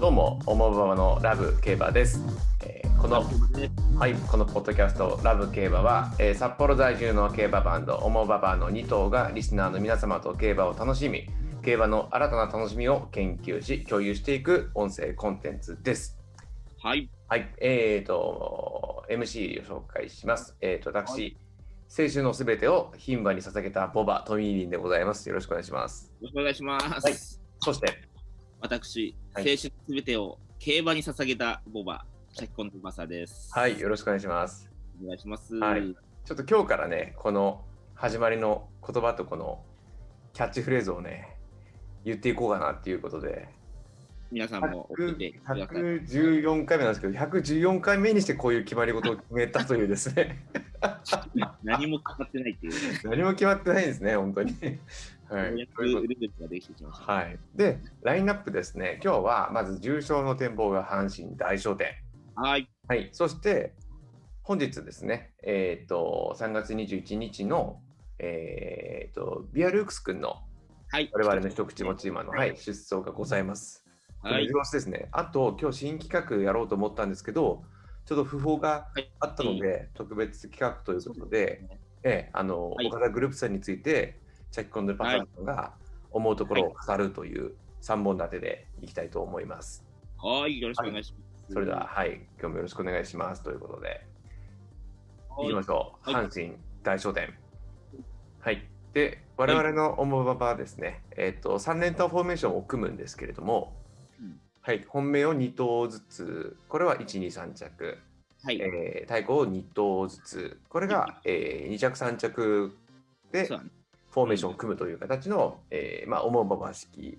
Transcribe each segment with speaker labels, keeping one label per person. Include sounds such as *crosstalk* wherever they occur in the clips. Speaker 1: うも思うままのラブ競馬です、えーこのはい、このポッドキャスト「ラブ競馬は」えー札幌在住の競馬バンドオモババの2頭がリスナーの皆様と競馬を楽しみ競馬の新たな楽しみを研究し共有していく音声コンテンツです。
Speaker 2: はい。
Speaker 1: はい、えー、と MC を紹介します。えー、と私、
Speaker 2: はい
Speaker 1: 青春のすべてを牝馬に捧げたボバトミーリンでございます。よろしくお願いします。
Speaker 2: よろしくお願いします。
Speaker 1: はいそして
Speaker 2: 私、
Speaker 1: はい
Speaker 2: 青春すべてを競馬に捧げたボバ、シャキコントマサです。
Speaker 1: はい、よろしくお願いします。
Speaker 2: お願いします。
Speaker 1: はいちょっと今日からね、この始まりの言葉とこのキャッチフレーズをね、言っていこうかなっていうことで、
Speaker 2: 皆さんも聞いてください。
Speaker 1: 114回目なんですけど、114回目にしてこういう決まり事を決めたというです
Speaker 2: *laughs*
Speaker 1: ね、
Speaker 2: 何もかかってないっていう、
Speaker 1: 何も決まってないんですね、本当に。は
Speaker 2: よう
Speaker 1: い
Speaker 2: や、くルールができてきました。
Speaker 1: はい、で、ラインナップですね、今日はまず重賞の展望が阪神大賞典。
Speaker 2: はい。
Speaker 1: はい、そして本日ですね、えー、と3月21日の、えー、とビアルークス君の
Speaker 2: はい。
Speaker 1: 我々の一口持ち馬の、はい、出走がございます。
Speaker 2: はい。
Speaker 1: これ珍しいですね。あと、今日新企画やろうと思ったんですけど、ちょっと不法があったので、特別企画ということで、ええ、あの、
Speaker 2: はい
Speaker 1: 岡田グループさんについて、チャキコンドルパターンが思うところを語るという3本立てでいきたいと思います。
Speaker 2: はい。よろしくお願いします。
Speaker 1: それでは、はい、今日もよろしくお願いしますということで。
Speaker 2: はい、
Speaker 1: いきましょう。
Speaker 2: はい
Speaker 1: 阪神大商店。はい。で、我々のオモババはですね、えっ、と、3連単フォーメーションを組むんですけれども、
Speaker 2: うん
Speaker 1: はい、本命を2頭ずつ、これは1、2、3着、
Speaker 2: はい。
Speaker 1: えー、対抗を2頭ずつ、これが、えー、2着、3着で
Speaker 2: そうだね。
Speaker 1: フォーメーションを組むという形の、えーまあ、オモババ式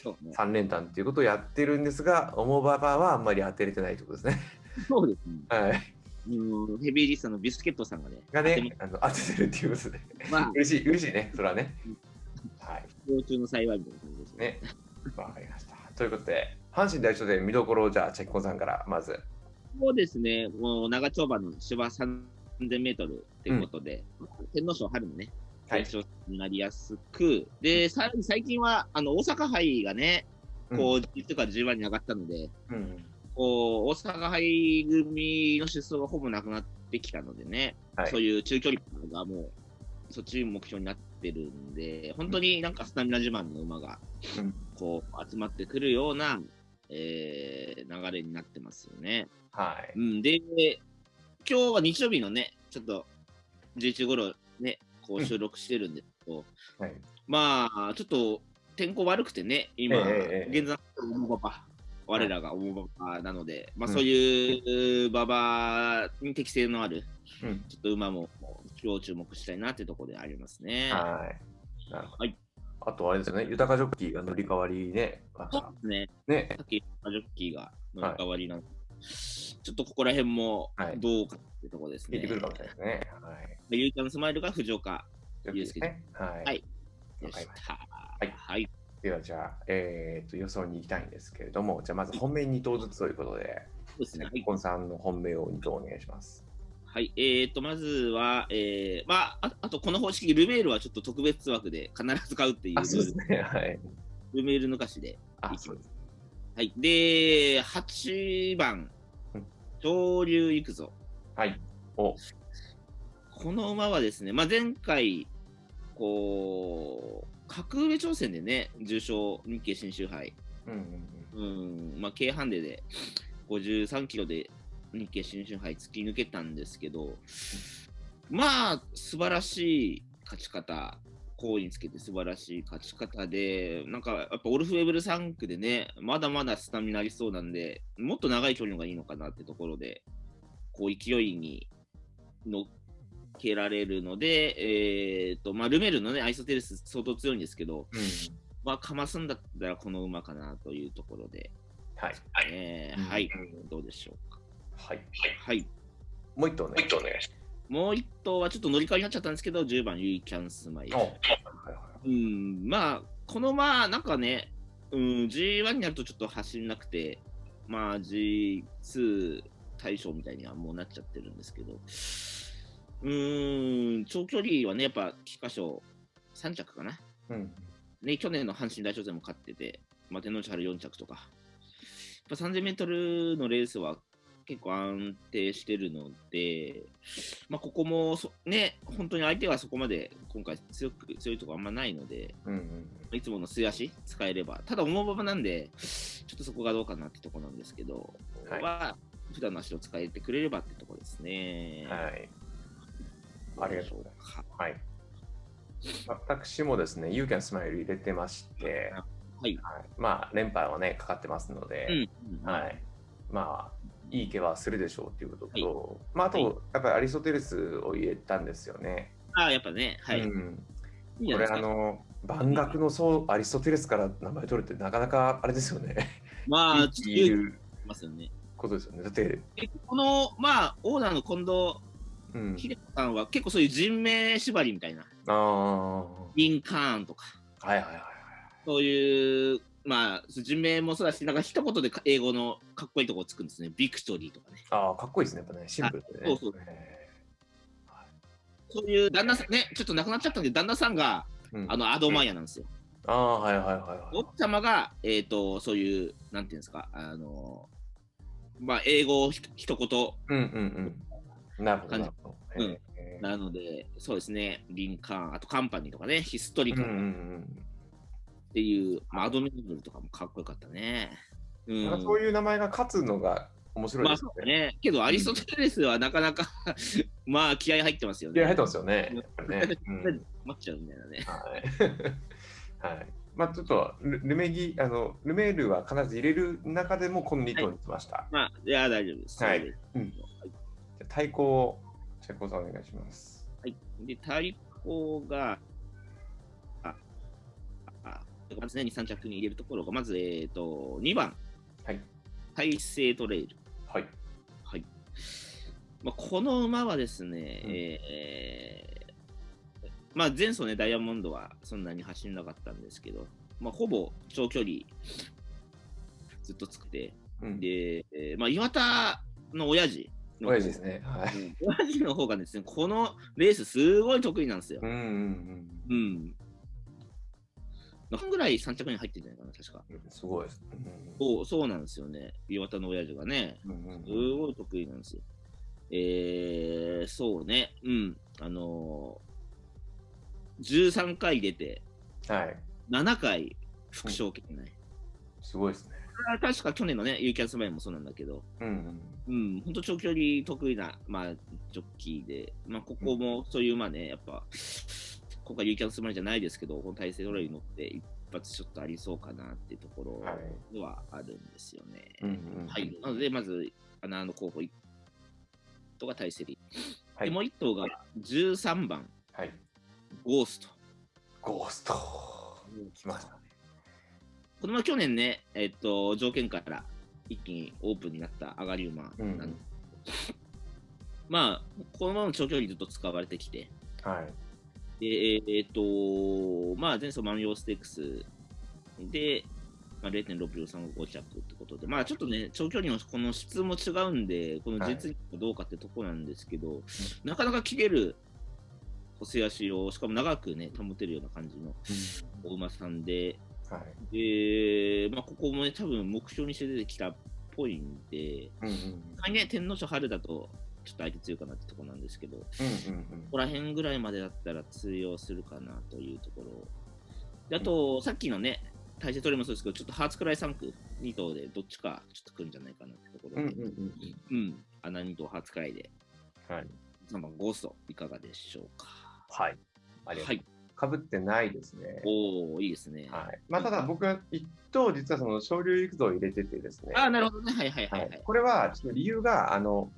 Speaker 2: そうね。
Speaker 1: 3連単ということをやってるんですが、オモババはあんまり当てれてないということですね。 *laughs*
Speaker 2: そうですね。
Speaker 1: はい。
Speaker 2: うんヘビーリストのビスケットさんがね、
Speaker 1: が
Speaker 2: 当て
Speaker 1: ね、あの当ててるっていうことで。
Speaker 2: まあ、
Speaker 1: 嬉しい、嬉しいね、それはね
Speaker 2: うん。
Speaker 1: はい、
Speaker 2: 不幸中の幸いみたいな感じですね。
Speaker 1: ね。わかりました。ということで、阪神大賞で見どころをじゃあ、チェッコンさんから、まず。
Speaker 2: そうですね、もう長丁場の芝3000メートルということで、天皇賞春のね、
Speaker 1: は
Speaker 2: 対
Speaker 1: い。
Speaker 2: 象になりやすく、で、さらに最近は、あの、大阪杯がね、こう、実は10番に上がったので、
Speaker 1: うん。
Speaker 2: こう、大阪杯組の出走がほぼなくなってきたのでね、
Speaker 1: はい
Speaker 2: そういう中距離がもう、そっち目標になってるんで、本当になんかスタミナ自慢の馬が、
Speaker 1: うん
Speaker 2: こう、集まってくるような、えー、流れになってますよね。
Speaker 1: はい。
Speaker 2: うん、で、今日は日曜日のね、ちょっと11時頃ね、こ
Speaker 1: う
Speaker 2: うん収録してるんですけど、
Speaker 1: はい。
Speaker 2: まあ、ちょっと天候悪くてね、今、
Speaker 1: ええええ
Speaker 2: 現在、重馬場、我らが重馬場なので、まあ、
Speaker 1: うん
Speaker 2: そういう馬場に適性のある、
Speaker 1: うん。
Speaker 2: ちょっと馬も今日注目したいなってところでありますね。
Speaker 1: はい。なるほど。
Speaker 2: はい
Speaker 1: あと、あれですよね、豊かジョッキーが乗り換わりね。ま
Speaker 2: そう
Speaker 1: た
Speaker 2: ですね、
Speaker 1: ね。
Speaker 2: さっき、ジョッキーが乗り代わりなので、ちょっとここら辺も
Speaker 1: はい
Speaker 2: どうかってところです
Speaker 1: 聞
Speaker 2: ね。
Speaker 1: いてくるかもしれないですね。はい。
Speaker 2: でゆうちゃんのスマイルが藤岡
Speaker 1: ジョッキーですね。はい。
Speaker 2: は
Speaker 1: わ
Speaker 2: いで
Speaker 1: か
Speaker 2: し。
Speaker 1: りましたはい
Speaker 2: はい。
Speaker 1: たでは、じゃあ、えー、と、予想に行きたいんですけれども、じゃあ、まず本命2頭ずつということで、
Speaker 2: そうですね。は
Speaker 1: チェッ
Speaker 2: い。
Speaker 1: コンさんの本命を2頭お願いします。
Speaker 2: はい、えっ、ー、と、まずは、えー、まあ、ああと、この方式、ルメールはちょっと特別枠で必ず買うっていうル
Speaker 1: あ、
Speaker 2: ー
Speaker 1: そう
Speaker 2: ル、
Speaker 1: ですね。はい。
Speaker 2: ルメール抜かしで。
Speaker 1: あ、そうです。
Speaker 2: はい。で、8番
Speaker 1: うん、
Speaker 2: 潮流行くぞ。
Speaker 1: はい。お、
Speaker 2: この馬はですね、まあ、前回、こう、格上挑戦でね、重賞日経新州杯、
Speaker 1: うんうんうん。
Speaker 2: うん、まあ、軽ハンデで53キロで日経新春杯突き抜けたんですけど、まあ、素晴らしい勝ち方、好位につけて素晴らしい勝ち方で、なんかやっぱオルフウェブル3区でね、まだまだスタミナありそうなんで、もっと長い距離の方がいいのかなってところで、こう勢いに乗っけられるので、えっと、まあ、ルメルのね、アイソテレス相当強いんですけど、
Speaker 1: うん
Speaker 2: まあ、かますんだったらこの馬かなというところで、
Speaker 1: はい。
Speaker 2: え
Speaker 1: うん
Speaker 2: ーはい、どうでしょうか。
Speaker 1: はい。
Speaker 2: はい、
Speaker 1: もう一頭ね。もう一頭ね。
Speaker 2: もう一頭はちょっと乗り換えになっちゃったんですけど、10番、ユイキャンスマイル。うん、まあ、このまあ、なんかね、うん、G1 になるとちょっと走んなくて、まあ、G2 対象みたいにはもうなっちゃってるんですけど、うーん、長距離はね、やっぱ、菊花賞3着かな。
Speaker 1: うん。
Speaker 2: ね、去年の阪神大賞戦も勝ってて、まあ、天皇賞春4着とか、ぱ 3000m のレースは結構安定してるので、まあ、ここもそね、本当に相手はそこまで今回強く強いとこあんまないので、
Speaker 1: うんうん
Speaker 2: いつもの素足使えれば、ただ重馬場なんで、ちょっとそこがどうかなってとこなんですけど、
Speaker 1: はい
Speaker 2: は普段の足を使えてくれればってとこですね。
Speaker 1: はい。ありがとうございます。
Speaker 2: は
Speaker 1: はい。私もですね、You Can Smile 入れてまして、
Speaker 2: はい。
Speaker 1: はい、まあ、連敗はね、かかってますので、
Speaker 2: うん。。
Speaker 1: はいい、まあいい毛はするでしょうっていうことと、
Speaker 2: は
Speaker 1: まあ、あと、
Speaker 2: はい
Speaker 1: やっぱりアリストテレスを入れたんですよね。
Speaker 2: ああ、やっぱね、はい。
Speaker 1: うん、
Speaker 2: いいんじ
Speaker 1: こ
Speaker 2: ゃな
Speaker 1: れ
Speaker 2: いです
Speaker 1: あ
Speaker 2: か
Speaker 1: の万学のそうアリストテレスから名前取るってなかなかあれですよね。
Speaker 2: まあ、
Speaker 1: っ
Speaker 2: ち
Speaker 1: て
Speaker 2: ょっと勇気
Speaker 1: い
Speaker 2: 出
Speaker 1: う
Speaker 2: ますよね。
Speaker 1: ことですよね。だって、
Speaker 2: 結構この、まあ、オーナーの近藤
Speaker 1: うん、
Speaker 2: 秀子さんは結構そういう人名縛りみたいな、
Speaker 1: ああは
Speaker 2: リンカーンとか、
Speaker 1: いはいはいはい。
Speaker 2: そういう、まあ、人名もそうだし、なんか一言で英語のかっこいいとこつくんですね。ビクトリーとかね。
Speaker 1: ああかっこいいですねやっぱねシンプルでね。
Speaker 2: あそうそ
Speaker 1: え
Speaker 2: そういう旦那さん、ね、ちょっと亡くなっちゃったんで、旦那さんが、
Speaker 1: ーうん
Speaker 2: あの、アドマイヤなんですよ。
Speaker 1: ああはいはいはいはい
Speaker 2: 奥様が、えっ、と、そういう、なんていうんですか、あの、まあ、英語をひ一言
Speaker 1: うんうんうん。なるほど
Speaker 2: 感
Speaker 1: な
Speaker 2: じ
Speaker 1: るほ
Speaker 2: う
Speaker 1: ど。
Speaker 2: ん
Speaker 1: えー
Speaker 2: なので、そうですね、リンカーン、あとカンパニーとかね、ヒストリ
Speaker 1: うん
Speaker 2: カ
Speaker 1: うんう
Speaker 2: ル
Speaker 1: ん
Speaker 2: っていう、まあ、アドミブルとかもかっこよかったね。う
Speaker 1: なんか
Speaker 2: ん。
Speaker 1: そういう名前が勝つのが面白い
Speaker 2: ま
Speaker 1: で
Speaker 2: あ
Speaker 1: す
Speaker 2: そ
Speaker 1: ね。
Speaker 2: うね。けど、アリストテレスはなかなか、 *laughs* まあ、気合入ってますよね。
Speaker 1: 気合入ってますよね。やっぱりね。う
Speaker 2: とりあえ
Speaker 1: ん
Speaker 2: ず待っちゃうみたいなね。
Speaker 1: *laughs* はい。はい。まあちょっとルルメギあのルメールは必ず入れる中でもこの2頭にしました。
Speaker 2: まあ、いや、大丈夫です。
Speaker 1: はい
Speaker 2: そうです
Speaker 1: うんじゃあ対抗をチェコさんお願いします。
Speaker 2: はい。で、対抗が、あ、あ、まずね、2、3着に入れるところが、まず、えっ、と、2番、
Speaker 1: はい。
Speaker 2: 大勢トレイル。
Speaker 1: はい。
Speaker 2: はい。まあ、この馬はですね、
Speaker 1: うん
Speaker 2: えーまあ、前走ね、ダイヤモンドはそんなに走んなかったんですけど、まあ、ほぼ長距離ずっとつくて、
Speaker 1: うん、
Speaker 2: で、えーまあ、岩田の親父の方
Speaker 1: 親父ですね。はい。
Speaker 2: うん親父の方がですね、このレースすごい得意なんですよ
Speaker 1: う。んうん
Speaker 2: うん。何ぐらい3着に入ってんじゃないかな、確か。
Speaker 1: うん。すごいです。うん
Speaker 2: そうそうなんですよね。岩田の親父がね、
Speaker 1: うんうん
Speaker 2: すごい得意なんですよ。えー、そうね、うん。あのー、13回出て、
Speaker 1: はい。
Speaker 2: 7回副賞圏内。
Speaker 1: すごいですね。
Speaker 2: これは確か去年のね、ユーキャンス前もそうなんだけど、
Speaker 1: うん
Speaker 2: うん、本当長距離得意な、まあ、ジョッキーで、まあ、ここもそういう、まあね、やっぱ、今回、ユーキャンスマンじゃないですけど、この体勢どれに乗って、一発ちょっとありそうかなっていうとこ
Speaker 1: うん。はい。
Speaker 2: ろではあるんですよね。
Speaker 1: うんうん。
Speaker 2: はい。なので、まず、穴の候補1頭が体勢で、
Speaker 1: は
Speaker 2: で
Speaker 1: い
Speaker 2: も。う1頭が13番、
Speaker 1: はい。
Speaker 2: ゴースト。
Speaker 1: ゴースト。来ましたね。
Speaker 2: このまま去年ね、えっと、条件から一気にオープンになった上がり馬なんで、
Speaker 1: うん
Speaker 2: まあ、このままの長距離ずっと使われてきて、
Speaker 1: はい。
Speaker 2: で、えーえーっと、まあ、前走万葉ステークスで、まあ、0.6秒35着ってことで、まあ、ちょっとね、長距離のこの質も違うんで、この
Speaker 1: はい
Speaker 2: 実力がどうかってとこなんですけど、なかなか切れる補正足を、しかも長くね、保てるような感じのお馬さんで、
Speaker 1: はい。
Speaker 2: で、まあ、ここもね、多分目標にして出てきたっぽいんで、
Speaker 1: うんうん。
Speaker 2: はいね、天皇賞春だと、ちょっと相手強いかなってとこなんですけ
Speaker 1: う
Speaker 2: ど、
Speaker 1: んうん
Speaker 2: ここら辺ぐらいまでだったら通用するかなというところ。であと、さっきのね、体勢取りもそうですけど、ちょっとハーツクライ3区、2頭でどっちかちょっと来るんじゃないかなってところ
Speaker 1: うん。うん
Speaker 2: で、
Speaker 1: うんうん。
Speaker 2: うん穴2頭、ハーツクライで、
Speaker 1: はい。
Speaker 2: 3番ゴースト、いかがでしょうか。
Speaker 1: はい。ありがと
Speaker 2: は
Speaker 1: う。
Speaker 2: い。
Speaker 1: かぶってないですね。
Speaker 2: おおいいですね。あ
Speaker 1: はい。まあ、ただ僕は一等、実はその昇竜育造を入れててですね。
Speaker 2: あー、なるほどね。はいはいはい
Speaker 1: は
Speaker 2: はいい。、
Speaker 1: これはちょっと理由が、あの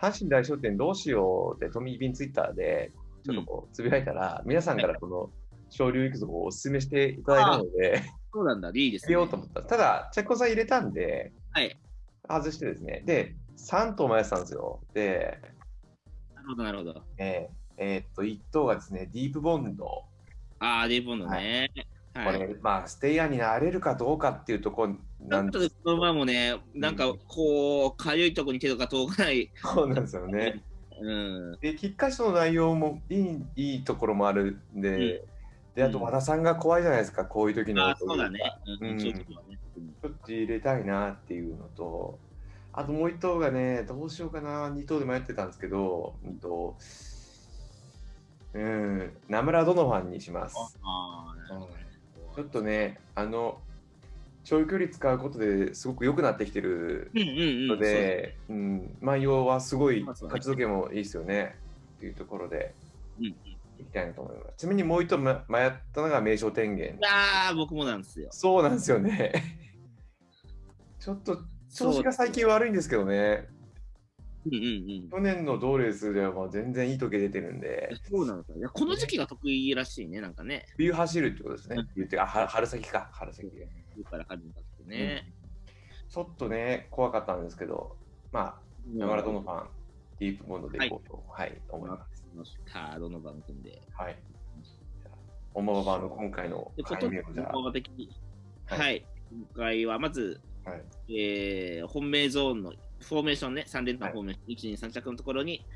Speaker 1: 阪神大賞典どうしようって、トミー・ビンツイッターでちょっとこうつぶやいたら、皆さんからこの昇竜育造をお勧めしていただいたので、
Speaker 2: そうなんだ。いいです
Speaker 1: 入れ
Speaker 2: ね。
Speaker 1: ようと思った。ただ、チェコさん入れたんで、
Speaker 2: はい
Speaker 1: 外してですね、で、3頭迷ってたんですよ。で、
Speaker 2: なるほど、なるほど。
Speaker 1: えーえーっと、1頭がですね、ディープボンド。
Speaker 2: ああ、デイボンドね。はい。
Speaker 1: これ、まあ、ステイヤーになれるかどうかっていうところ
Speaker 2: ち
Speaker 1: な
Speaker 2: ょ
Speaker 1: ん
Speaker 2: っ
Speaker 1: で
Speaker 2: と
Speaker 1: す
Speaker 2: ねこの馬もね、なんかこう、かゆいとこに手とか遠かない。
Speaker 1: そうなんですよね。
Speaker 2: うん。
Speaker 1: で、菊花賞の内容もいいいいところもあるんで、でで、あと和田さんが怖いじゃないですか、こういう時の
Speaker 2: あ
Speaker 1: こと
Speaker 2: そうだね。う
Speaker 1: うん
Speaker 2: ん、ちょっとはね。うん
Speaker 1: ちょっと入れたいなっていうのと、あともう一頭がね、どうしようかな、二頭で迷ってたんですけど、うんと、うん、名村ドノファンにします。
Speaker 2: ああ、なるほどね。
Speaker 1: ちょっとね、あの、長距離使うことですごく良くなってきてる
Speaker 2: うんうん
Speaker 1: の
Speaker 2: うん。そう
Speaker 1: で、うん、万葉はすごい、
Speaker 2: そうですね
Speaker 1: 勝ち時計もいいですよね、っていうところで、
Speaker 2: うん
Speaker 1: いきたいなと思います。ちなみにもう一頭ま迷ったのが名称天元
Speaker 2: い。やー、僕もなんですよ。
Speaker 1: そうなんですよね。 *laughs* ちょっと調子が最近悪いんですけどね、
Speaker 2: うんうんうん。
Speaker 1: 去年の同レースではもう全然いい時計出てるんで、
Speaker 2: そうなんですよね。この時期が得意らしいね、なんかね。
Speaker 1: 冬走るってことですね
Speaker 2: うん。
Speaker 1: 冬っていうか、あは春先か、春先。
Speaker 2: 冬から春にかけてね。
Speaker 1: ちょっとね、怖かったんですけど、まあ、
Speaker 2: うん
Speaker 1: 山田殿ファン、ディープボンドでいこうと、はい、思います。
Speaker 2: タードの番組で。
Speaker 1: はい。じゃあおもばばの今回の
Speaker 2: で、今
Speaker 1: 解明
Speaker 2: 年
Speaker 1: をじゃあ
Speaker 2: の的に、
Speaker 1: は
Speaker 2: はいい、今回はまず、
Speaker 1: はい
Speaker 2: えー本命ゾーンのフォーメーションね、3連単
Speaker 1: はい
Speaker 2: フォーメーション、1、2、3着のところに、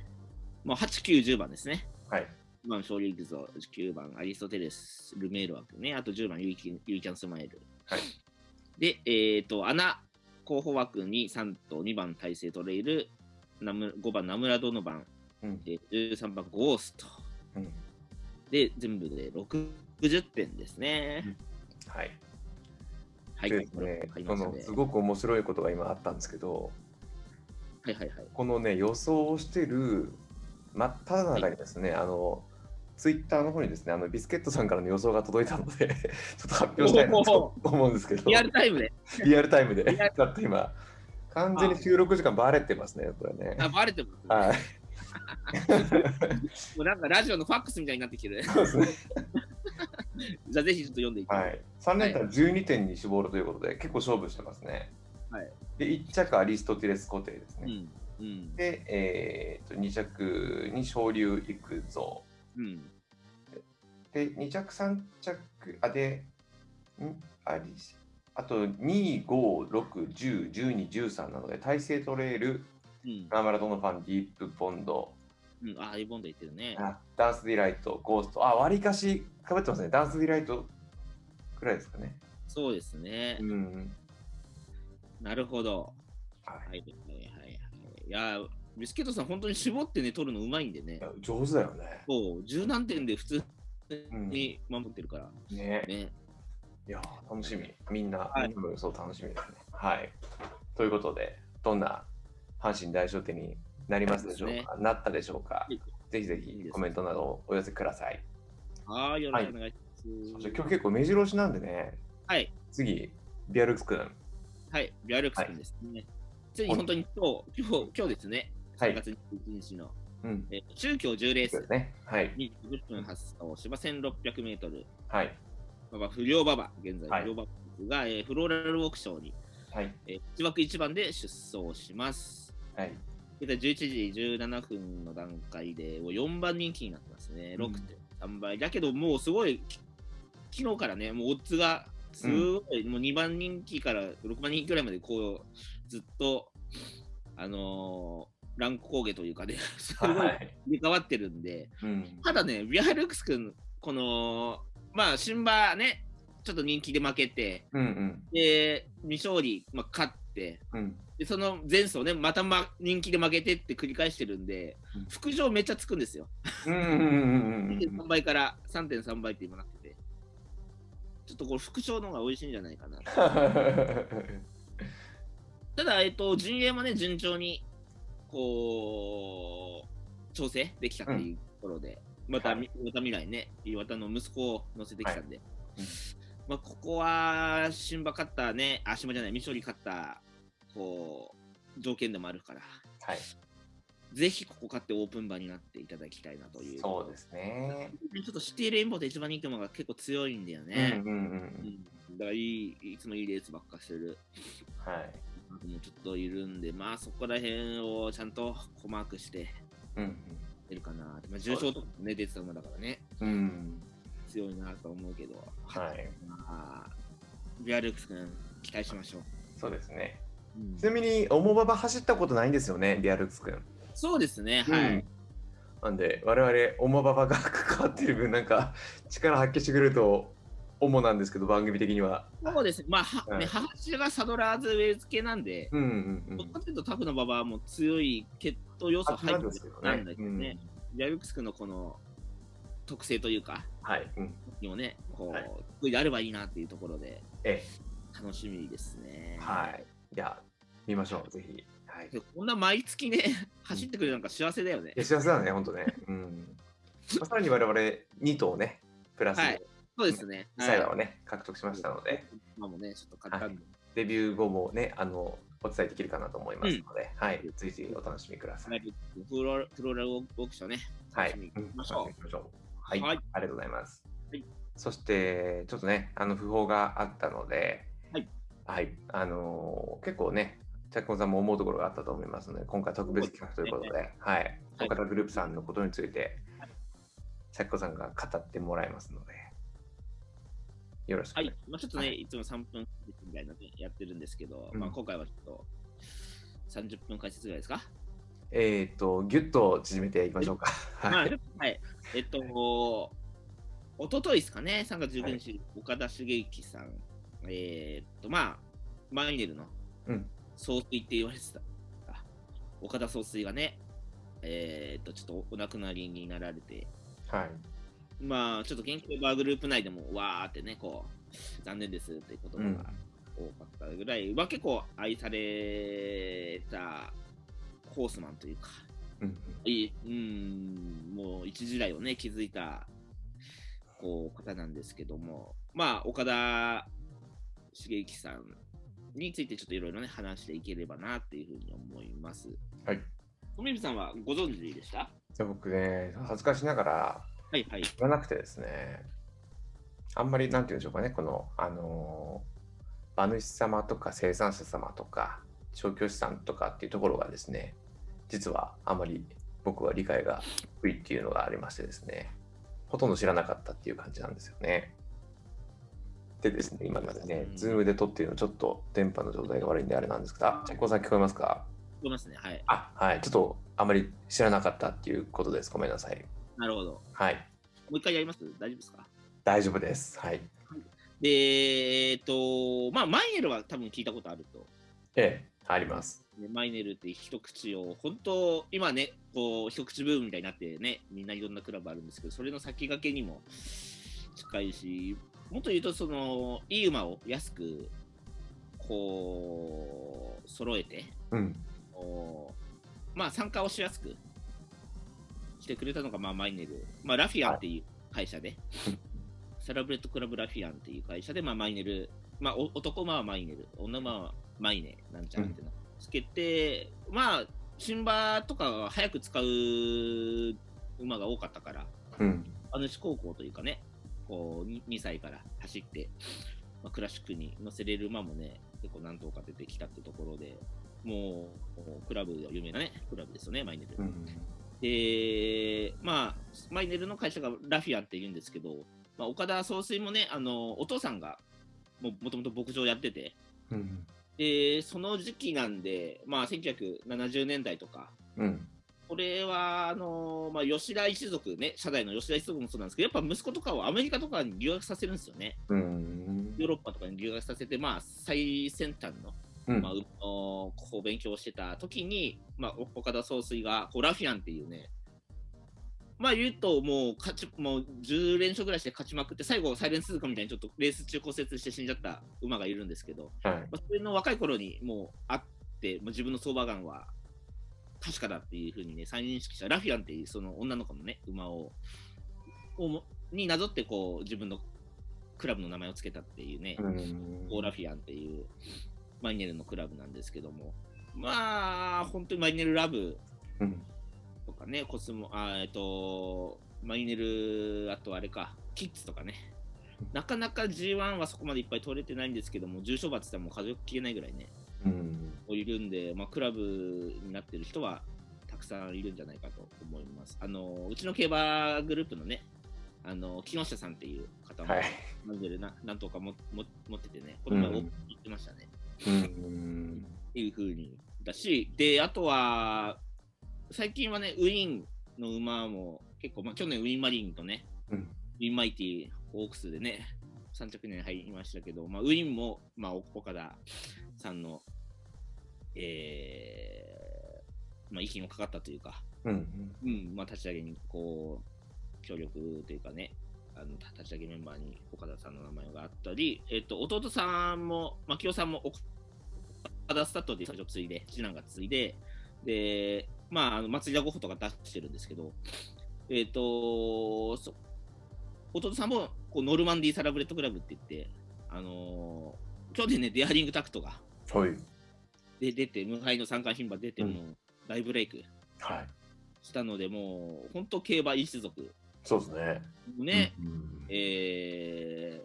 Speaker 2: もう8、9、10番ですね。
Speaker 1: はい。
Speaker 2: 1番、ショーリーグゾー、9番、アリストテレス、ルメール枠ね、あと10番、ユイキンユイキャンスマイル。
Speaker 1: はい
Speaker 2: で、えっ、と、穴、候補枠に3と2番、大勢トレイル、ナム5番、ナムラドノバン、
Speaker 1: うん。
Speaker 2: で13番、ゴースト。
Speaker 1: うん。
Speaker 2: で、全部で60点ですね。
Speaker 1: はい。
Speaker 2: はい、
Speaker 1: で
Speaker 2: これ買いま
Speaker 1: そ
Speaker 2: した
Speaker 1: の
Speaker 2: ね
Speaker 1: すごく面白いことが今あったんですけど、
Speaker 2: はいはいはい。
Speaker 1: このね、予想をしてる真っ只中にですね、あの、ツイッターの方にですね、あのビスケットさんからの予想が届いたので、ちょ *laughs* っと発表したいなと思うんですけど、
Speaker 2: リアルタイムで。
Speaker 1: リアルタイムで、
Speaker 2: リア
Speaker 1: だって今、完全に収録時間バレてますね、これね。
Speaker 2: あ、バレて
Speaker 1: *laughs*
Speaker 2: ます、
Speaker 1: はい。
Speaker 2: もうなんかラジオのファックスみたいになってきてる。
Speaker 1: そうですね。
Speaker 2: じゃあぜひちょっと読んでいき
Speaker 1: は
Speaker 2: ます。
Speaker 1: い。3連単12点に絞るということで、結構勝負してますね。
Speaker 2: はい。
Speaker 1: で、1着アリストテレス固定です
Speaker 2: う
Speaker 1: ね。
Speaker 2: ん。うん。
Speaker 1: で、えー、と2着に昇竜行くぞ。
Speaker 2: うん。
Speaker 1: で、2着、3着、あ、で、んありあと、2、5、6、10、12、13なので、大勢トレイル、
Speaker 2: うん。
Speaker 1: ナーマラドのファン、ディープボンド、
Speaker 2: うん、あ、アイボンド言ってるね。
Speaker 1: あダンスディライト、ゴースト、あ、割りかしかぶってますね。ダンスディライトくらいですかね。
Speaker 2: そうですね
Speaker 1: う。ん。
Speaker 2: なるほど。
Speaker 1: は
Speaker 2: はいはいはいはい。いやー、ビスケットさん、本当に絞ってね、取るのうまいんでね。
Speaker 1: い、上手だよね。
Speaker 2: そう、柔軟点で普通に守ってるから。
Speaker 1: ね。
Speaker 2: ね。
Speaker 1: いやー、楽しみ。みんな、
Speaker 2: はい
Speaker 1: みんなの予想楽しみですね。はい。ということで、どんな阪神大賞手になりますでしょうか、
Speaker 2: そうで
Speaker 1: なったでしょうか
Speaker 2: はい
Speaker 1: ぜひぜ
Speaker 2: いい
Speaker 1: ひ
Speaker 2: です
Speaker 1: コメントなどをお寄せください。
Speaker 2: はい、よろしくお願いし
Speaker 1: そ
Speaker 2: ま
Speaker 1: し
Speaker 2: す
Speaker 1: て。今日結構目白押しなんでね、
Speaker 2: はい。
Speaker 1: 次、ビアルクス君。
Speaker 2: はい、ビアルクスですね。ついに本当に今日、今日、今日ですね。
Speaker 1: はい
Speaker 2: 3月21日の、
Speaker 1: うん。
Speaker 2: えー中京10レー
Speaker 1: そうで
Speaker 2: ス
Speaker 1: す。ね。はい。
Speaker 2: 20分発走、芝1600メートル、
Speaker 1: はい。
Speaker 2: 馬場不良馬場、現在
Speaker 1: はい
Speaker 2: 不良馬場ですが、えーフローラルウォークショーに、
Speaker 1: はい。
Speaker 2: えー、1枠1番で出走します。
Speaker 1: はい。
Speaker 2: 現在11時17分の段階で、もう4番人気になってますね、
Speaker 1: うん
Speaker 2: 6.3倍。だけど、もうすごい、き昨日からね、もうオッズが、すごい、もう2番人気から6番人気ぐらいまで、こう、ずっと、あのー乱高下というかね、 *laughs* すごい
Speaker 1: はい。
Speaker 2: 入れ替わってるんで、
Speaker 1: うん。
Speaker 2: ただね、ビアルクス君、この、まあ、新馬ね、ちょっと人気で負けて、
Speaker 1: うんうん。
Speaker 2: で、未勝利、まあ、勝って、
Speaker 1: うん。
Speaker 2: でその前走ね、また、ま、人気で負けてって繰り返してるんで
Speaker 1: うん、
Speaker 2: 副上めっちゃつくんですよ。
Speaker 1: うんうんうんうんうん
Speaker 2: 3倍から3.3倍って今なってて。ちょっとこれ、副賞の方が美味しいんじゃない
Speaker 1: *laughs*
Speaker 2: かな。ただ、えっと、陣営もね、順調に、こう、調整できたっていうところで、また、
Speaker 1: はい
Speaker 2: また未来ね、岩田の息子を乗せてきたんで、
Speaker 1: いうん
Speaker 2: まあ、ここは、新馬勝ったね、あ、新馬じゃない、未勝利勝った、こう、条件でもあるから、
Speaker 1: はい。
Speaker 2: ぜひここ買ってオープン場になっていただきたいなという。
Speaker 1: そうですね。
Speaker 2: ちょっとシティレインボーで一番人気のが結構強いんだよ
Speaker 1: うんうん
Speaker 2: ね。
Speaker 1: う。
Speaker 2: うんんだからいい、いつもいいレースばっかしてる。
Speaker 1: はい。
Speaker 2: もうちょっといるんで、まあそこら辺をちゃんと細かくして
Speaker 1: うん
Speaker 2: 出るかな。まあ重賞とかもね、出てた馬だからね、
Speaker 1: うん。うん。
Speaker 2: 強いなと思うけど、
Speaker 1: はい。
Speaker 2: まあ、ビアルックス君、期待しましょう。
Speaker 1: そうですね。
Speaker 2: うん
Speaker 1: ちなみに、重馬場走ったことないんですよね、リアルクス君。
Speaker 2: そうですね、はい。
Speaker 1: うんなんで我々オモババが関わってる分なん *laughs* か力発揮してくれると主なんですけど番組的には
Speaker 2: そうですね、まあは
Speaker 1: はい
Speaker 2: ね母親がサドラーズウェルズ系なんで、
Speaker 1: うんうんう
Speaker 2: どっ
Speaker 1: ん
Speaker 2: ちかっていうとタフなババアも強い血統要素入ってるなんだけどね、ジャルクスクのこの特性というか、
Speaker 1: はい、うん、
Speaker 2: にもね、こう、
Speaker 1: はい
Speaker 2: 得意であればいいなっていうところで、
Speaker 1: え
Speaker 2: 楽しみですね。
Speaker 1: はいいや見ましょうぜひはい
Speaker 2: でこんな毎月ね、 *laughs* 走ってくれるなんか幸せだよね
Speaker 1: いや。幸せだねほんとねうん、まあ、さらに我々2頭ねプラス
Speaker 2: はいそうですね。
Speaker 1: サイダー
Speaker 2: は
Speaker 1: をね獲得しましたので、
Speaker 2: い今もね、ちょっと簡単に。
Speaker 1: デビュー後もねあのお伝えできるかなと思いますので、はいぜひぜひお楽しみください
Speaker 2: フローフローラルオークションね。
Speaker 1: はい。
Speaker 2: 楽しみに行きましょう
Speaker 1: 楽みに行きましょうはい。
Speaker 2: はい
Speaker 1: ありがとうございます。
Speaker 2: はい
Speaker 1: そして、ちょっとね、あの、訃報があったので、
Speaker 2: はい。
Speaker 1: はい。あのー結構ね、チャッコンさんも思うところがあったと思いますので、今回特別企画ということで、はい。
Speaker 2: はい
Speaker 1: 岡田グループさんのことについて、チャッコさんが語ってもらいますので、よろしく、
Speaker 2: は
Speaker 1: ね。
Speaker 2: い。まあちょっとね、、
Speaker 1: はい
Speaker 2: つも3分みたいなのやってるんですけど、
Speaker 1: うん
Speaker 2: まあ今回はちょっと30分解説ぐらいですか。
Speaker 1: えっ、と、ぎゅっと縮めていきましょうか。
Speaker 2: まあ、
Speaker 1: はい。
Speaker 2: はい。えっと、おとといですかね、3月15日、岡田茂之さん、えーっと、まあ、マイネルの
Speaker 1: うん
Speaker 2: 総帥って言われてた、あ岡田総帥がね、えーっと、ちょっとお亡くなりになられて、
Speaker 1: はい。
Speaker 2: まあ、ちょっと研究バーグループ内でも、わーってね、こう、残念ですっていう言葉が多かったぐらい、は結構愛されたホースマンというか、
Speaker 1: うん。
Speaker 2: いいうん、もう一時代をね、築いたこう方なんですけども、まあ、岡田茂之さんについてちょっといろいろね、話していければなっていうふうに思います。
Speaker 1: はい。
Speaker 2: 富水さんはご存知でした
Speaker 1: じゃあ僕ね、恥ずかしながら、
Speaker 2: はいはい。
Speaker 1: 言わなくてですねあんまりなんて言うんでしょうかねこのあのー馬主様とか生産者様とか調教師さんとかっていうところがですね実はあまり僕は理解が低いっていうのがありましてですねほとんど知らなかったっていう感じなんですよね。でですね今までね、
Speaker 2: うん
Speaker 1: ズームで撮っているのちょっと電波の状態が悪いんであれなんですけどあチャッコさん聞こえますか
Speaker 2: 聞こえますね。はい。
Speaker 1: あはいちょっとあまり知らなかったっていうことですごめんなさい
Speaker 2: なるほど。も
Speaker 1: はい
Speaker 2: うんう一回やります大丈夫ですか
Speaker 1: 大丈夫ですはい
Speaker 2: で、えーっと、まあ、マイネルは多分聞いたことあると。
Speaker 1: ええ、あります。
Speaker 2: ねマイネルって一口を本当今ねこう一口ブームみたいになってねみんないろんなクラブあるんですけどそれの先駆けにも近いしもっと言うとそのいい馬を安くこう揃えて
Speaker 1: うん。
Speaker 2: こうまあ参加をしやすくしてくれたのがまあマイネル、まあ、ラフィアンっていう会社で、サラブレッドクラブラフィアンっていう会社でまあマイネル、まあ、お男馬はマイネル女馬はマイネなんちゃらってなつけて、まあ新馬とかは早く使う馬が多かったから
Speaker 1: うん。
Speaker 2: 馬主高校というかね、こう 2, 歳から走って、まあ、クラシックに乗せれる馬もね、結構何頭か出てきたってところで、もうもうクラブが有名なね、クラブですよね、マイネル。
Speaker 1: うん。
Speaker 2: で、まあ、マイネルの会社がラフィアンって言うんですけど、まあ、岡田総帥もね、あのお父さんがももともと牧場やってて、
Speaker 1: うん。
Speaker 2: でその時期なんで、まあ、1970年代とか、
Speaker 1: うん。
Speaker 2: これは、あのーまあ、吉田一族ね、社代の吉田一族もそうなんですけど、やっぱ息子とかをアメリカとかに留学させるんですよね。
Speaker 1: うん。
Speaker 2: ヨーロッパとかに留学させて、まあ、最先端の、
Speaker 1: うん
Speaker 2: まあ、うこう勉強をしてた時に、まあ、お岡田総帥が、こうラフィアンっていうね、まあ言うと、もう勝ち、もう10連勝ぐらいして勝ちまくって、最後、サイレンスズカみたいにちょっとレース中骨折して死んじゃった馬がいるんですけど、
Speaker 1: はい。
Speaker 2: まあ、それの若い頃にもうあって、もう自分の相場眼は確かだっていうふうにね、再認識したラフィアンっていうその女の子のね、馬を、をもになぞってこう自分のクラブの名前をつけたっていうね、
Speaker 1: うん
Speaker 2: オーラフィアンっていうマイネルのクラブなんですけども、まあ、本当にマイネルラブ
Speaker 1: うん。
Speaker 2: とかね、コスモ、あえっと、マイネル、あとあれか、キッズとかね。なかなか G1 はそこまでいっぱい取れてないんですけども、重賞罰ってもう数えきれないぐらいね、
Speaker 1: うん。
Speaker 2: いるんで、まあ、クラブになってる人はたくさんいるんじゃないかと思います。あのうちの競馬グループのね、あの木下さんっていう方も、
Speaker 1: はい。
Speaker 2: なんでななんとかもも持っててね、この前、
Speaker 1: うん
Speaker 2: 言ってましたね、
Speaker 1: うん。
Speaker 2: っていうふうにだし、で、あとは、最近はね、ウィーンの馬も結構、まあ、去年ウィンマリンとね、
Speaker 1: うん
Speaker 2: ウィンマイティオークスでね、3着に入りましたけど、まあ、ウィンも、まあ、岡田さんの、えーまあ、息もかかったというか、
Speaker 1: うん。
Speaker 2: うん、まあ、立ち上げに、こう、協力というかね、あの、立ち上げメンバーに岡田さんの名前があったり、えっと、弟さんも、牧雄さんも岡田スタッドで最初継いで、次男が継いで、で、まあ、あの松井田ゴッホとか出してるんですけど、えっと、そ弟さんも、こう、ノルマンディーサラブレッドクラブって言って、あのー去年ね、デアリングタクトが、
Speaker 1: はい。
Speaker 2: で、出て、無敗の三冠牝馬出て、
Speaker 1: うん
Speaker 2: もう、大ブレイク
Speaker 1: はい。
Speaker 2: したので、もう、本当競馬一族
Speaker 1: そうですね。
Speaker 2: ね、
Speaker 1: うん
Speaker 2: え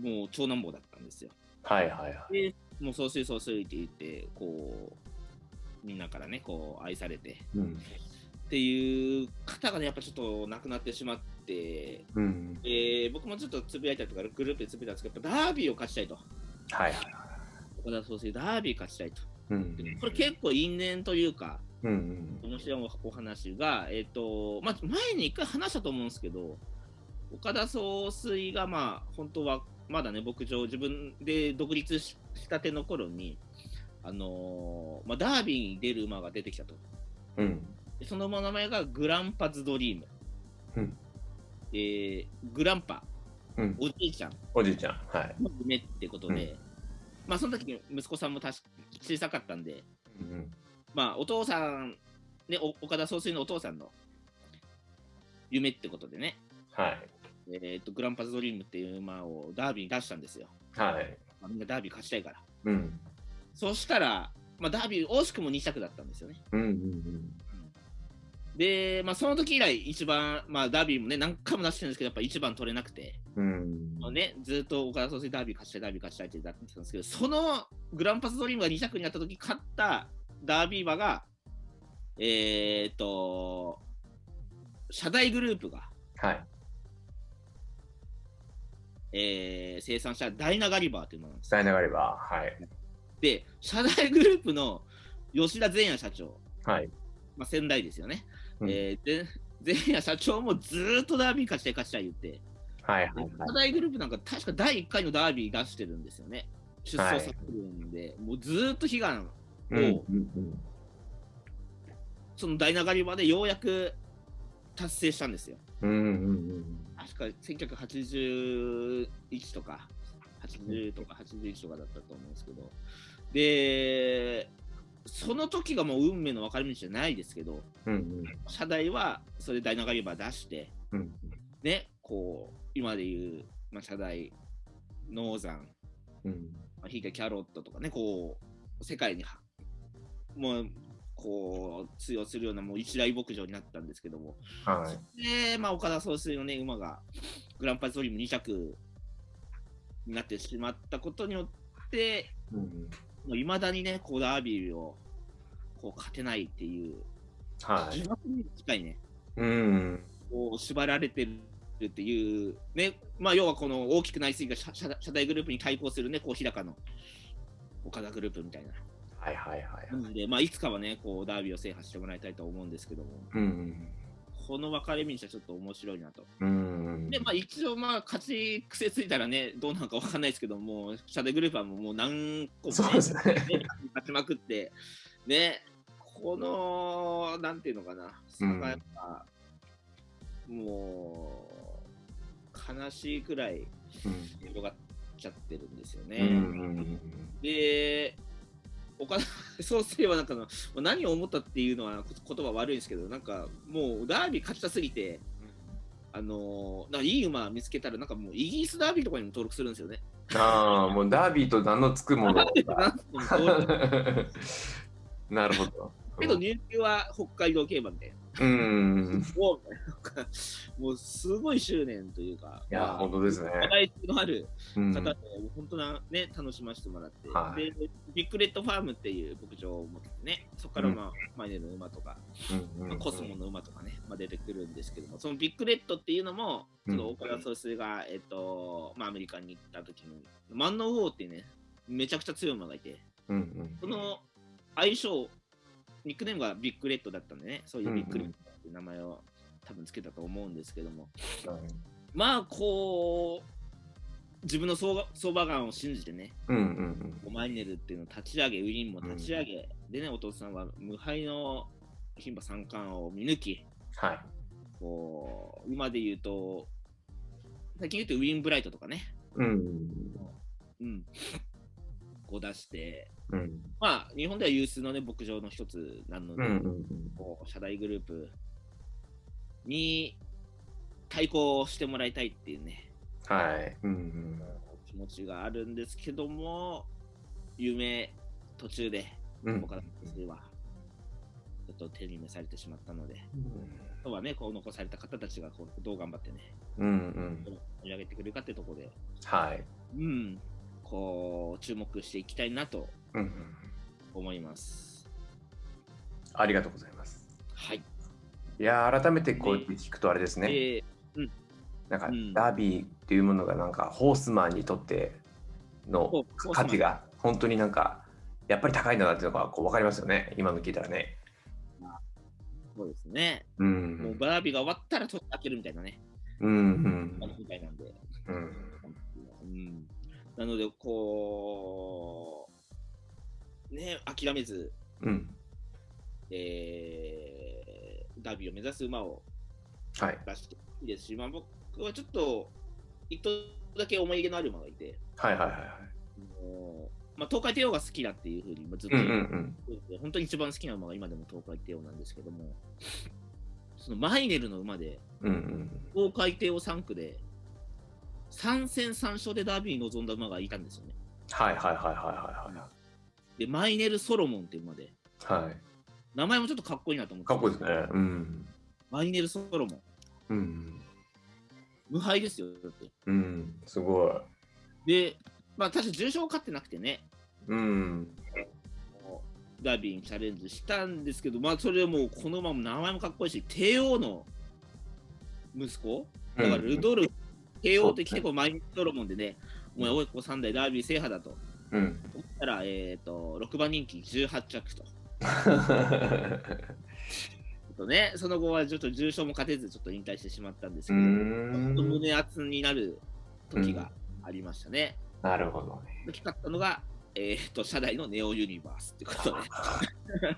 Speaker 2: ーもう長男坊だったんですよ。
Speaker 1: はいはいはい。
Speaker 2: で、もう総帥総帥って言って、こう、みんなからね、こう、愛されて
Speaker 1: うん。
Speaker 2: っていう方がね、やっぱちょっと亡くなってしまって、
Speaker 1: うん。
Speaker 2: えー僕もちょっとつぶやいたりとか、グループでつぶやいたんですけど、やっぱダービーを勝ちたいと。
Speaker 1: はいはい。
Speaker 2: 岡田総帥、ダービー勝ちたいと。
Speaker 1: うん。
Speaker 2: これ結構因縁というか、
Speaker 1: うん。
Speaker 2: 面白いお話が、えっ、と、まあ、前に一回話したと思うんですけど、岡田総帥が、まあ、本当は、まだね、牧場、自分で独立ししたての頃に、あのーまあ、ダービーに出る馬が出てきたと。
Speaker 1: うん。
Speaker 2: でその馬の名前がグランパズドリーム。
Speaker 1: うん
Speaker 2: でグランパ、
Speaker 1: うん
Speaker 2: おじいちゃん
Speaker 1: おじいちゃん。はい。
Speaker 2: の夢ってことで、まあ、その時に息子さんもたし小さかったんで、
Speaker 1: うん。
Speaker 2: まあ、お父さん、ね、お岡田総帥のお父さんの夢ってことでね、
Speaker 1: はい。
Speaker 2: えー、とグランパズドリームっていう馬をダービーに出したんですよ。
Speaker 1: はい。
Speaker 2: まあみんなダービー勝ちたいから。
Speaker 1: うん。
Speaker 2: そしたら、まあ、ダービー惜しくも2着だったんですよね。
Speaker 1: うん。うん。
Speaker 2: で、まあ、その時以来、一番、まあ、ダービーもね、何回も出してるんですけど、やっぱ一番取れなくて、
Speaker 1: うん。
Speaker 2: まあね、ずっと岡田総帥ダービー勝ちたい、ダービー勝ちたいってなってたんですけど、そのグランパズドリームが2着になった時勝ったダービー馬が、えー、っと、社大グループが、
Speaker 1: はい。
Speaker 2: えー生産したダイナガリバーというものなんです。
Speaker 1: 伝えながれば。はい。
Speaker 2: で、社大グループの吉田前夜社長、
Speaker 1: はい。
Speaker 2: まあ、仙台ですよね。
Speaker 1: うん
Speaker 2: えー前前夜社長もずーっとダービー勝ちたい勝ちたい言って、
Speaker 1: はいはい
Speaker 2: で
Speaker 1: はい。
Speaker 2: 社大グループなんか確か第1回のダービー出してるんですよね。出走させるんで、もうずーっと悲願、
Speaker 1: うん。うん。
Speaker 2: そのダイナガリバーでようやく達成したんですよ。
Speaker 1: うん。うん。
Speaker 2: 確か1981とか80とか81とかだったと思うんですけどでその時がもう運命の分かれ道じゃないですけど
Speaker 1: うん。
Speaker 2: 社大はそれ大流れば出して
Speaker 1: うん。
Speaker 2: ねこう今で言う、まあ、社大ノーザン
Speaker 1: うん。
Speaker 2: まあひいてキャロットとかねこう世界にはもうこう通用するようなもう一大牧場になったんですけども
Speaker 1: はい。
Speaker 2: で、まあ、岡田総帥のね、馬がグランパスドリーム2着になってしまったことによって、
Speaker 1: うん。
Speaker 2: いまだにね、こうダービーをこう勝てないっていう、
Speaker 1: はい。
Speaker 2: 自爆に近いね、
Speaker 1: うん。
Speaker 2: こう縛られてるっていう、ね、まあ、要はこの大きくなりすぎた社社社大グループに対抗するね、こう日高の岡田グループみたいな。
Speaker 1: はいはいはい。
Speaker 2: なので、まあ、いつかはね、こうダービーを制覇してもらいたいと思うんですけども、
Speaker 1: うん。
Speaker 2: この分かれ道はちょっと面白いなと。
Speaker 1: うん。
Speaker 2: でまあ、一応、まあ、勝ち癖ついたらね、どうなのかわかんないですけど、もう、シャデグループはもうもう何個も、ね、
Speaker 1: そうですね。
Speaker 2: 勝ちまくって、ね、この、なんていうのかな、差がやっぱ、もう、悲しいくらい広がっちゃってるんですよね。
Speaker 1: うん。
Speaker 2: で、岡 *laughs* 田総帥はなんかの、まあ何を思ったっていうのはこ言葉悪いんですけど、なんかもうダービー勝ちたすぎて、あのーなんかいい馬見つけたら、なんかもうイギリスダービーとかにも登録するんです
Speaker 1: *laughs*
Speaker 2: よね。
Speaker 1: ああ、もうダービーと名のつくもの。
Speaker 2: 登録
Speaker 1: なるほど。
Speaker 2: けど入球は北海道競馬みたいな。
Speaker 1: うん。
Speaker 2: おうみたいななんかもうすごい執念というか、
Speaker 1: いや、本当ですね。
Speaker 2: 課題のある
Speaker 1: うん
Speaker 2: 方で、もう本当な、ね、楽しませてもらって、
Speaker 1: はい
Speaker 2: で、ビッグレッドファームっていう牧場を持っててね、そこから、まあマイネの馬とか、まあコスモの馬とかね、まあ、出てくるんですけども、そのビッグレッドっていうのも、
Speaker 1: う
Speaker 2: そ
Speaker 1: ん
Speaker 2: の岡田総帥が、えっとまあ、アメリカに行った時に、万能王っていうね、めちゃくちゃ強い馬がいて、
Speaker 1: うん
Speaker 2: その相性ニックネームがビッグレッドだったんでね、そういうビッグレッドっていう名前を多分つけたと思うんですけども、まあこう、自分の相場相場感を信じてね、
Speaker 1: うんうんうん
Speaker 2: マイネルっていうのを立ち上げ、ウィンも立ち上げ、でね、お父さんは無敗の牝馬三冠を見抜き、
Speaker 1: はい
Speaker 2: こう、今で言うと、最近言うとウィンブライトとかね、
Speaker 1: うん
Speaker 2: うん、 *laughs* こう出して、
Speaker 1: うん
Speaker 2: まあ、日本では有数のね、牧場の一つなの
Speaker 1: う
Speaker 2: で、
Speaker 1: んうん
Speaker 2: こう社大グループに対抗してもらいたいっていうね、
Speaker 1: はいうん
Speaker 2: 気持ちがあるんですけども、夢途中で、
Speaker 1: うんうん
Speaker 2: 他の先生は、ちょっと手に召されてしまったので、あとはね、こう残された方たちがこうどう頑張ってね、
Speaker 1: うんうん
Speaker 2: 盛り上げてくれるかってところで、
Speaker 1: はい
Speaker 2: うん、こう、注目していきたいなと
Speaker 1: うんうん
Speaker 2: 思います。
Speaker 1: ありがとうございます
Speaker 2: はい。
Speaker 1: いやー改めてこうやって聞くとあれですね、
Speaker 2: で、
Speaker 1: なんか
Speaker 2: うん
Speaker 1: ダービーっていうものがなんかホースマンにとっての
Speaker 2: ホホースマン
Speaker 1: 価値が本当になんかやっぱり高いんだなっていうのがこう分かりますよね今の聞いたらね。
Speaker 2: そうですね、
Speaker 1: う、
Speaker 2: もうんバービーが終わったら年明けるみたいなね、
Speaker 1: うんうん
Speaker 2: みたいなんで、
Speaker 1: うん
Speaker 2: うん、なので、こう、ね、諦めず、
Speaker 1: うん
Speaker 2: えーダービーを目指す馬を
Speaker 1: はい
Speaker 2: 出していいですし、まあ、僕はちょっと、一頭だけ思い入れのある馬がいて、
Speaker 1: はいはいはいはい
Speaker 2: もうまあ、東海帝王が好きだっていうふうにまあずっと
Speaker 1: うん
Speaker 2: 言
Speaker 1: う
Speaker 2: っ
Speaker 1: ん
Speaker 2: て
Speaker 1: うん
Speaker 2: て本当に一番好きな馬が今でも東海帝王なんですけども、そのマイネルの馬で、
Speaker 1: うんうん
Speaker 2: 東海帝王3区で、3戦3勝でダービーに臨んだ馬がいたんですよね。
Speaker 1: はいはいはいはいは
Speaker 2: で、マイネル・ソロモンっていう馬で、
Speaker 1: いはいは
Speaker 2: 名前もちょっとかっこいいなと思っ
Speaker 1: い
Speaker 2: て。
Speaker 1: かっこいいですね。うん
Speaker 2: マイネル・ソロモン。
Speaker 1: うん
Speaker 2: 無敗ですよ、だって。
Speaker 1: うんすごい。
Speaker 2: で、まあ、確か重賞を勝ってなくてね、
Speaker 1: うん
Speaker 2: ダービーにチャレンジしたんですけど、まあ、それでもう、このまま名前もかっこいいし、帝王の息子、だからルドルフ、帝王って来て、こうマイネル・ソロモンでね、お前、親子3代ダービー制覇だと。
Speaker 1: うん
Speaker 2: 思ったら、えっ、と、6番人気18着と。ちょっとね、その後はちょっと重賞も勝てず、ちょっと引退してしまったんですけ
Speaker 1: う
Speaker 2: ど、
Speaker 1: ん
Speaker 2: ちょっと胸熱になる時がありましたね。
Speaker 1: なるほどね。
Speaker 2: 大きかったのが、えーっと、社内のネオユニバースってことね。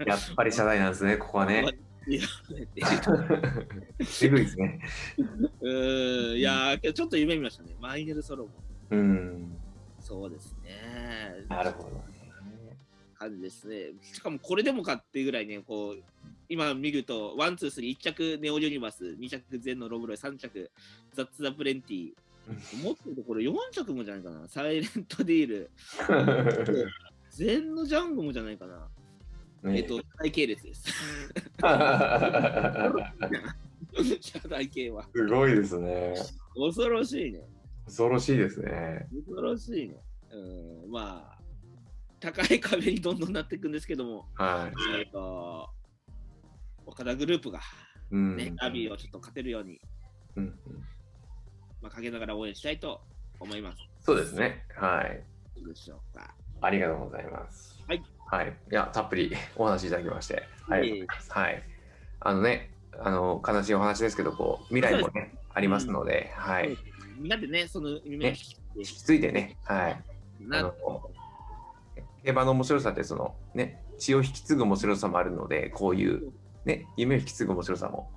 Speaker 1: やっぱり謝罪なんですねここはね。えぐいですね。
Speaker 2: *laughs* うーん、いやー、ちょっと夢見ましたね。マイネル・ソロモン。
Speaker 1: うん。
Speaker 2: そうですね。
Speaker 1: なるほどね。
Speaker 2: 感じですね。しかもこれでもかっていうぐらいね、こう、今見ると、ワン、ツー、スリー、1着ネオユニバース、2着ゼンのロブロイ、3着ザッツ・ザ・プレンティ
Speaker 1: うん。
Speaker 2: もっとこれ4着もじゃないかな。サイレント・ディール、ゼンのジャンゴもじゃないかな。えっと、社内系列
Speaker 1: *laughs*
Speaker 2: です。社内系は。
Speaker 1: すごいですね。
Speaker 2: 恐ろしいね。
Speaker 1: 恐ろしいですね。
Speaker 2: 恐ろしいね。うん、まあ、高い壁にどんどんなっていくんですけども、
Speaker 1: はい。
Speaker 2: えっと、岡田グループが、
Speaker 1: うん
Speaker 2: ね、ダービーをちょっと勝てるように、
Speaker 1: うんうん
Speaker 2: まあ、陰ながら応援したいと思います。
Speaker 1: そうですね。はい。
Speaker 2: どうでしょうか。
Speaker 1: ありがとうございます。
Speaker 2: はい。
Speaker 1: はい。いや、たっぷりお話いただきまして。ありがとうございます。はい。あのね、あの、悲しいお話ですけど、こう、未来も
Speaker 2: そう
Speaker 1: ね、ありますので、は
Speaker 2: そう
Speaker 1: い
Speaker 2: で。みんなでね、その夢を聞き
Speaker 1: 引き継いでね、はい。あ
Speaker 2: な
Speaker 1: の競馬の面白さってそのね血を引き継ぐ面白さもあるのでこういうね夢を引き継ぐ面白さも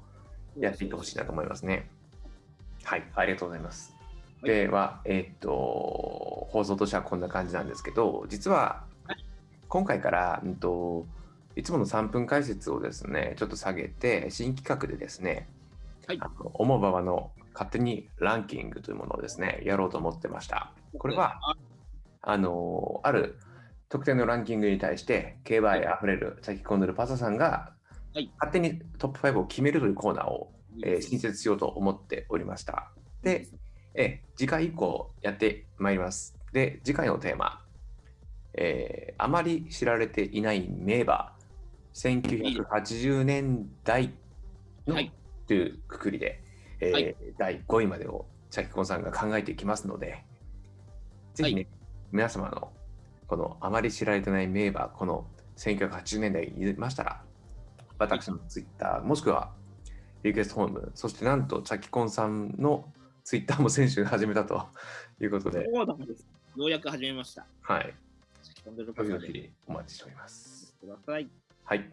Speaker 1: やっていってほしいなと思いますねはいありがとうございます、
Speaker 2: はい
Speaker 1: ではえーっと放送としてはこんな感じなんですけど実は今回から、うん、といつもの3分解説をですねちょっと下げて新企画でですね
Speaker 2: はい
Speaker 1: あの思うばばの勝手にランキングというものをですねやろうと思ってましたこれは
Speaker 2: あ
Speaker 1: あのある特定のランキングに対して競馬愛あふれる咲き込んでるパサさんが、
Speaker 2: はい
Speaker 1: 勝手にトップ5を決めるというコーナーを、えー新
Speaker 2: い
Speaker 1: 設しようと思っておりました
Speaker 2: いで
Speaker 1: です
Speaker 2: ね、
Speaker 1: えー次回以降やってまいりますで次回のテーマ、えーあまり知られていない名馬1980年代の
Speaker 2: はい
Speaker 1: というくくりで、えー
Speaker 2: はい
Speaker 1: 第5位までを咲きこさんが考えていきますので、ぜひね、
Speaker 2: は
Speaker 1: 皆様のこのあまり知られてない名馬、この1980年代にいましたら、私のツイッター、もしくはリクエストホーム、そしてなんとチャキコンさんのツイッターも先週始めたということで、
Speaker 2: そうなんです。ようやく始めました。
Speaker 1: はい、
Speaker 2: コントロー
Speaker 1: おびお
Speaker 2: ルパスで
Speaker 1: りお待ちしております。
Speaker 2: ください。
Speaker 1: はい。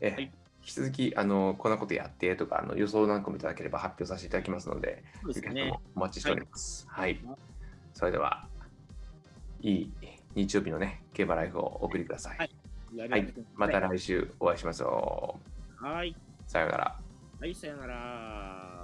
Speaker 1: え
Speaker 2: はい
Speaker 1: 引き続きあの、こんなことやってとかあの、予想なんかもいただければ発表させていただきますので、
Speaker 2: そうです
Speaker 1: リクエスト
Speaker 2: ね。
Speaker 1: もお待ちしております。はい。それでは、いい日曜日のね、競馬ライフをお送りください。
Speaker 2: はい
Speaker 1: はいまた来週お会いしましょう。
Speaker 2: はい。
Speaker 1: さようなら。
Speaker 2: はい、さよなら。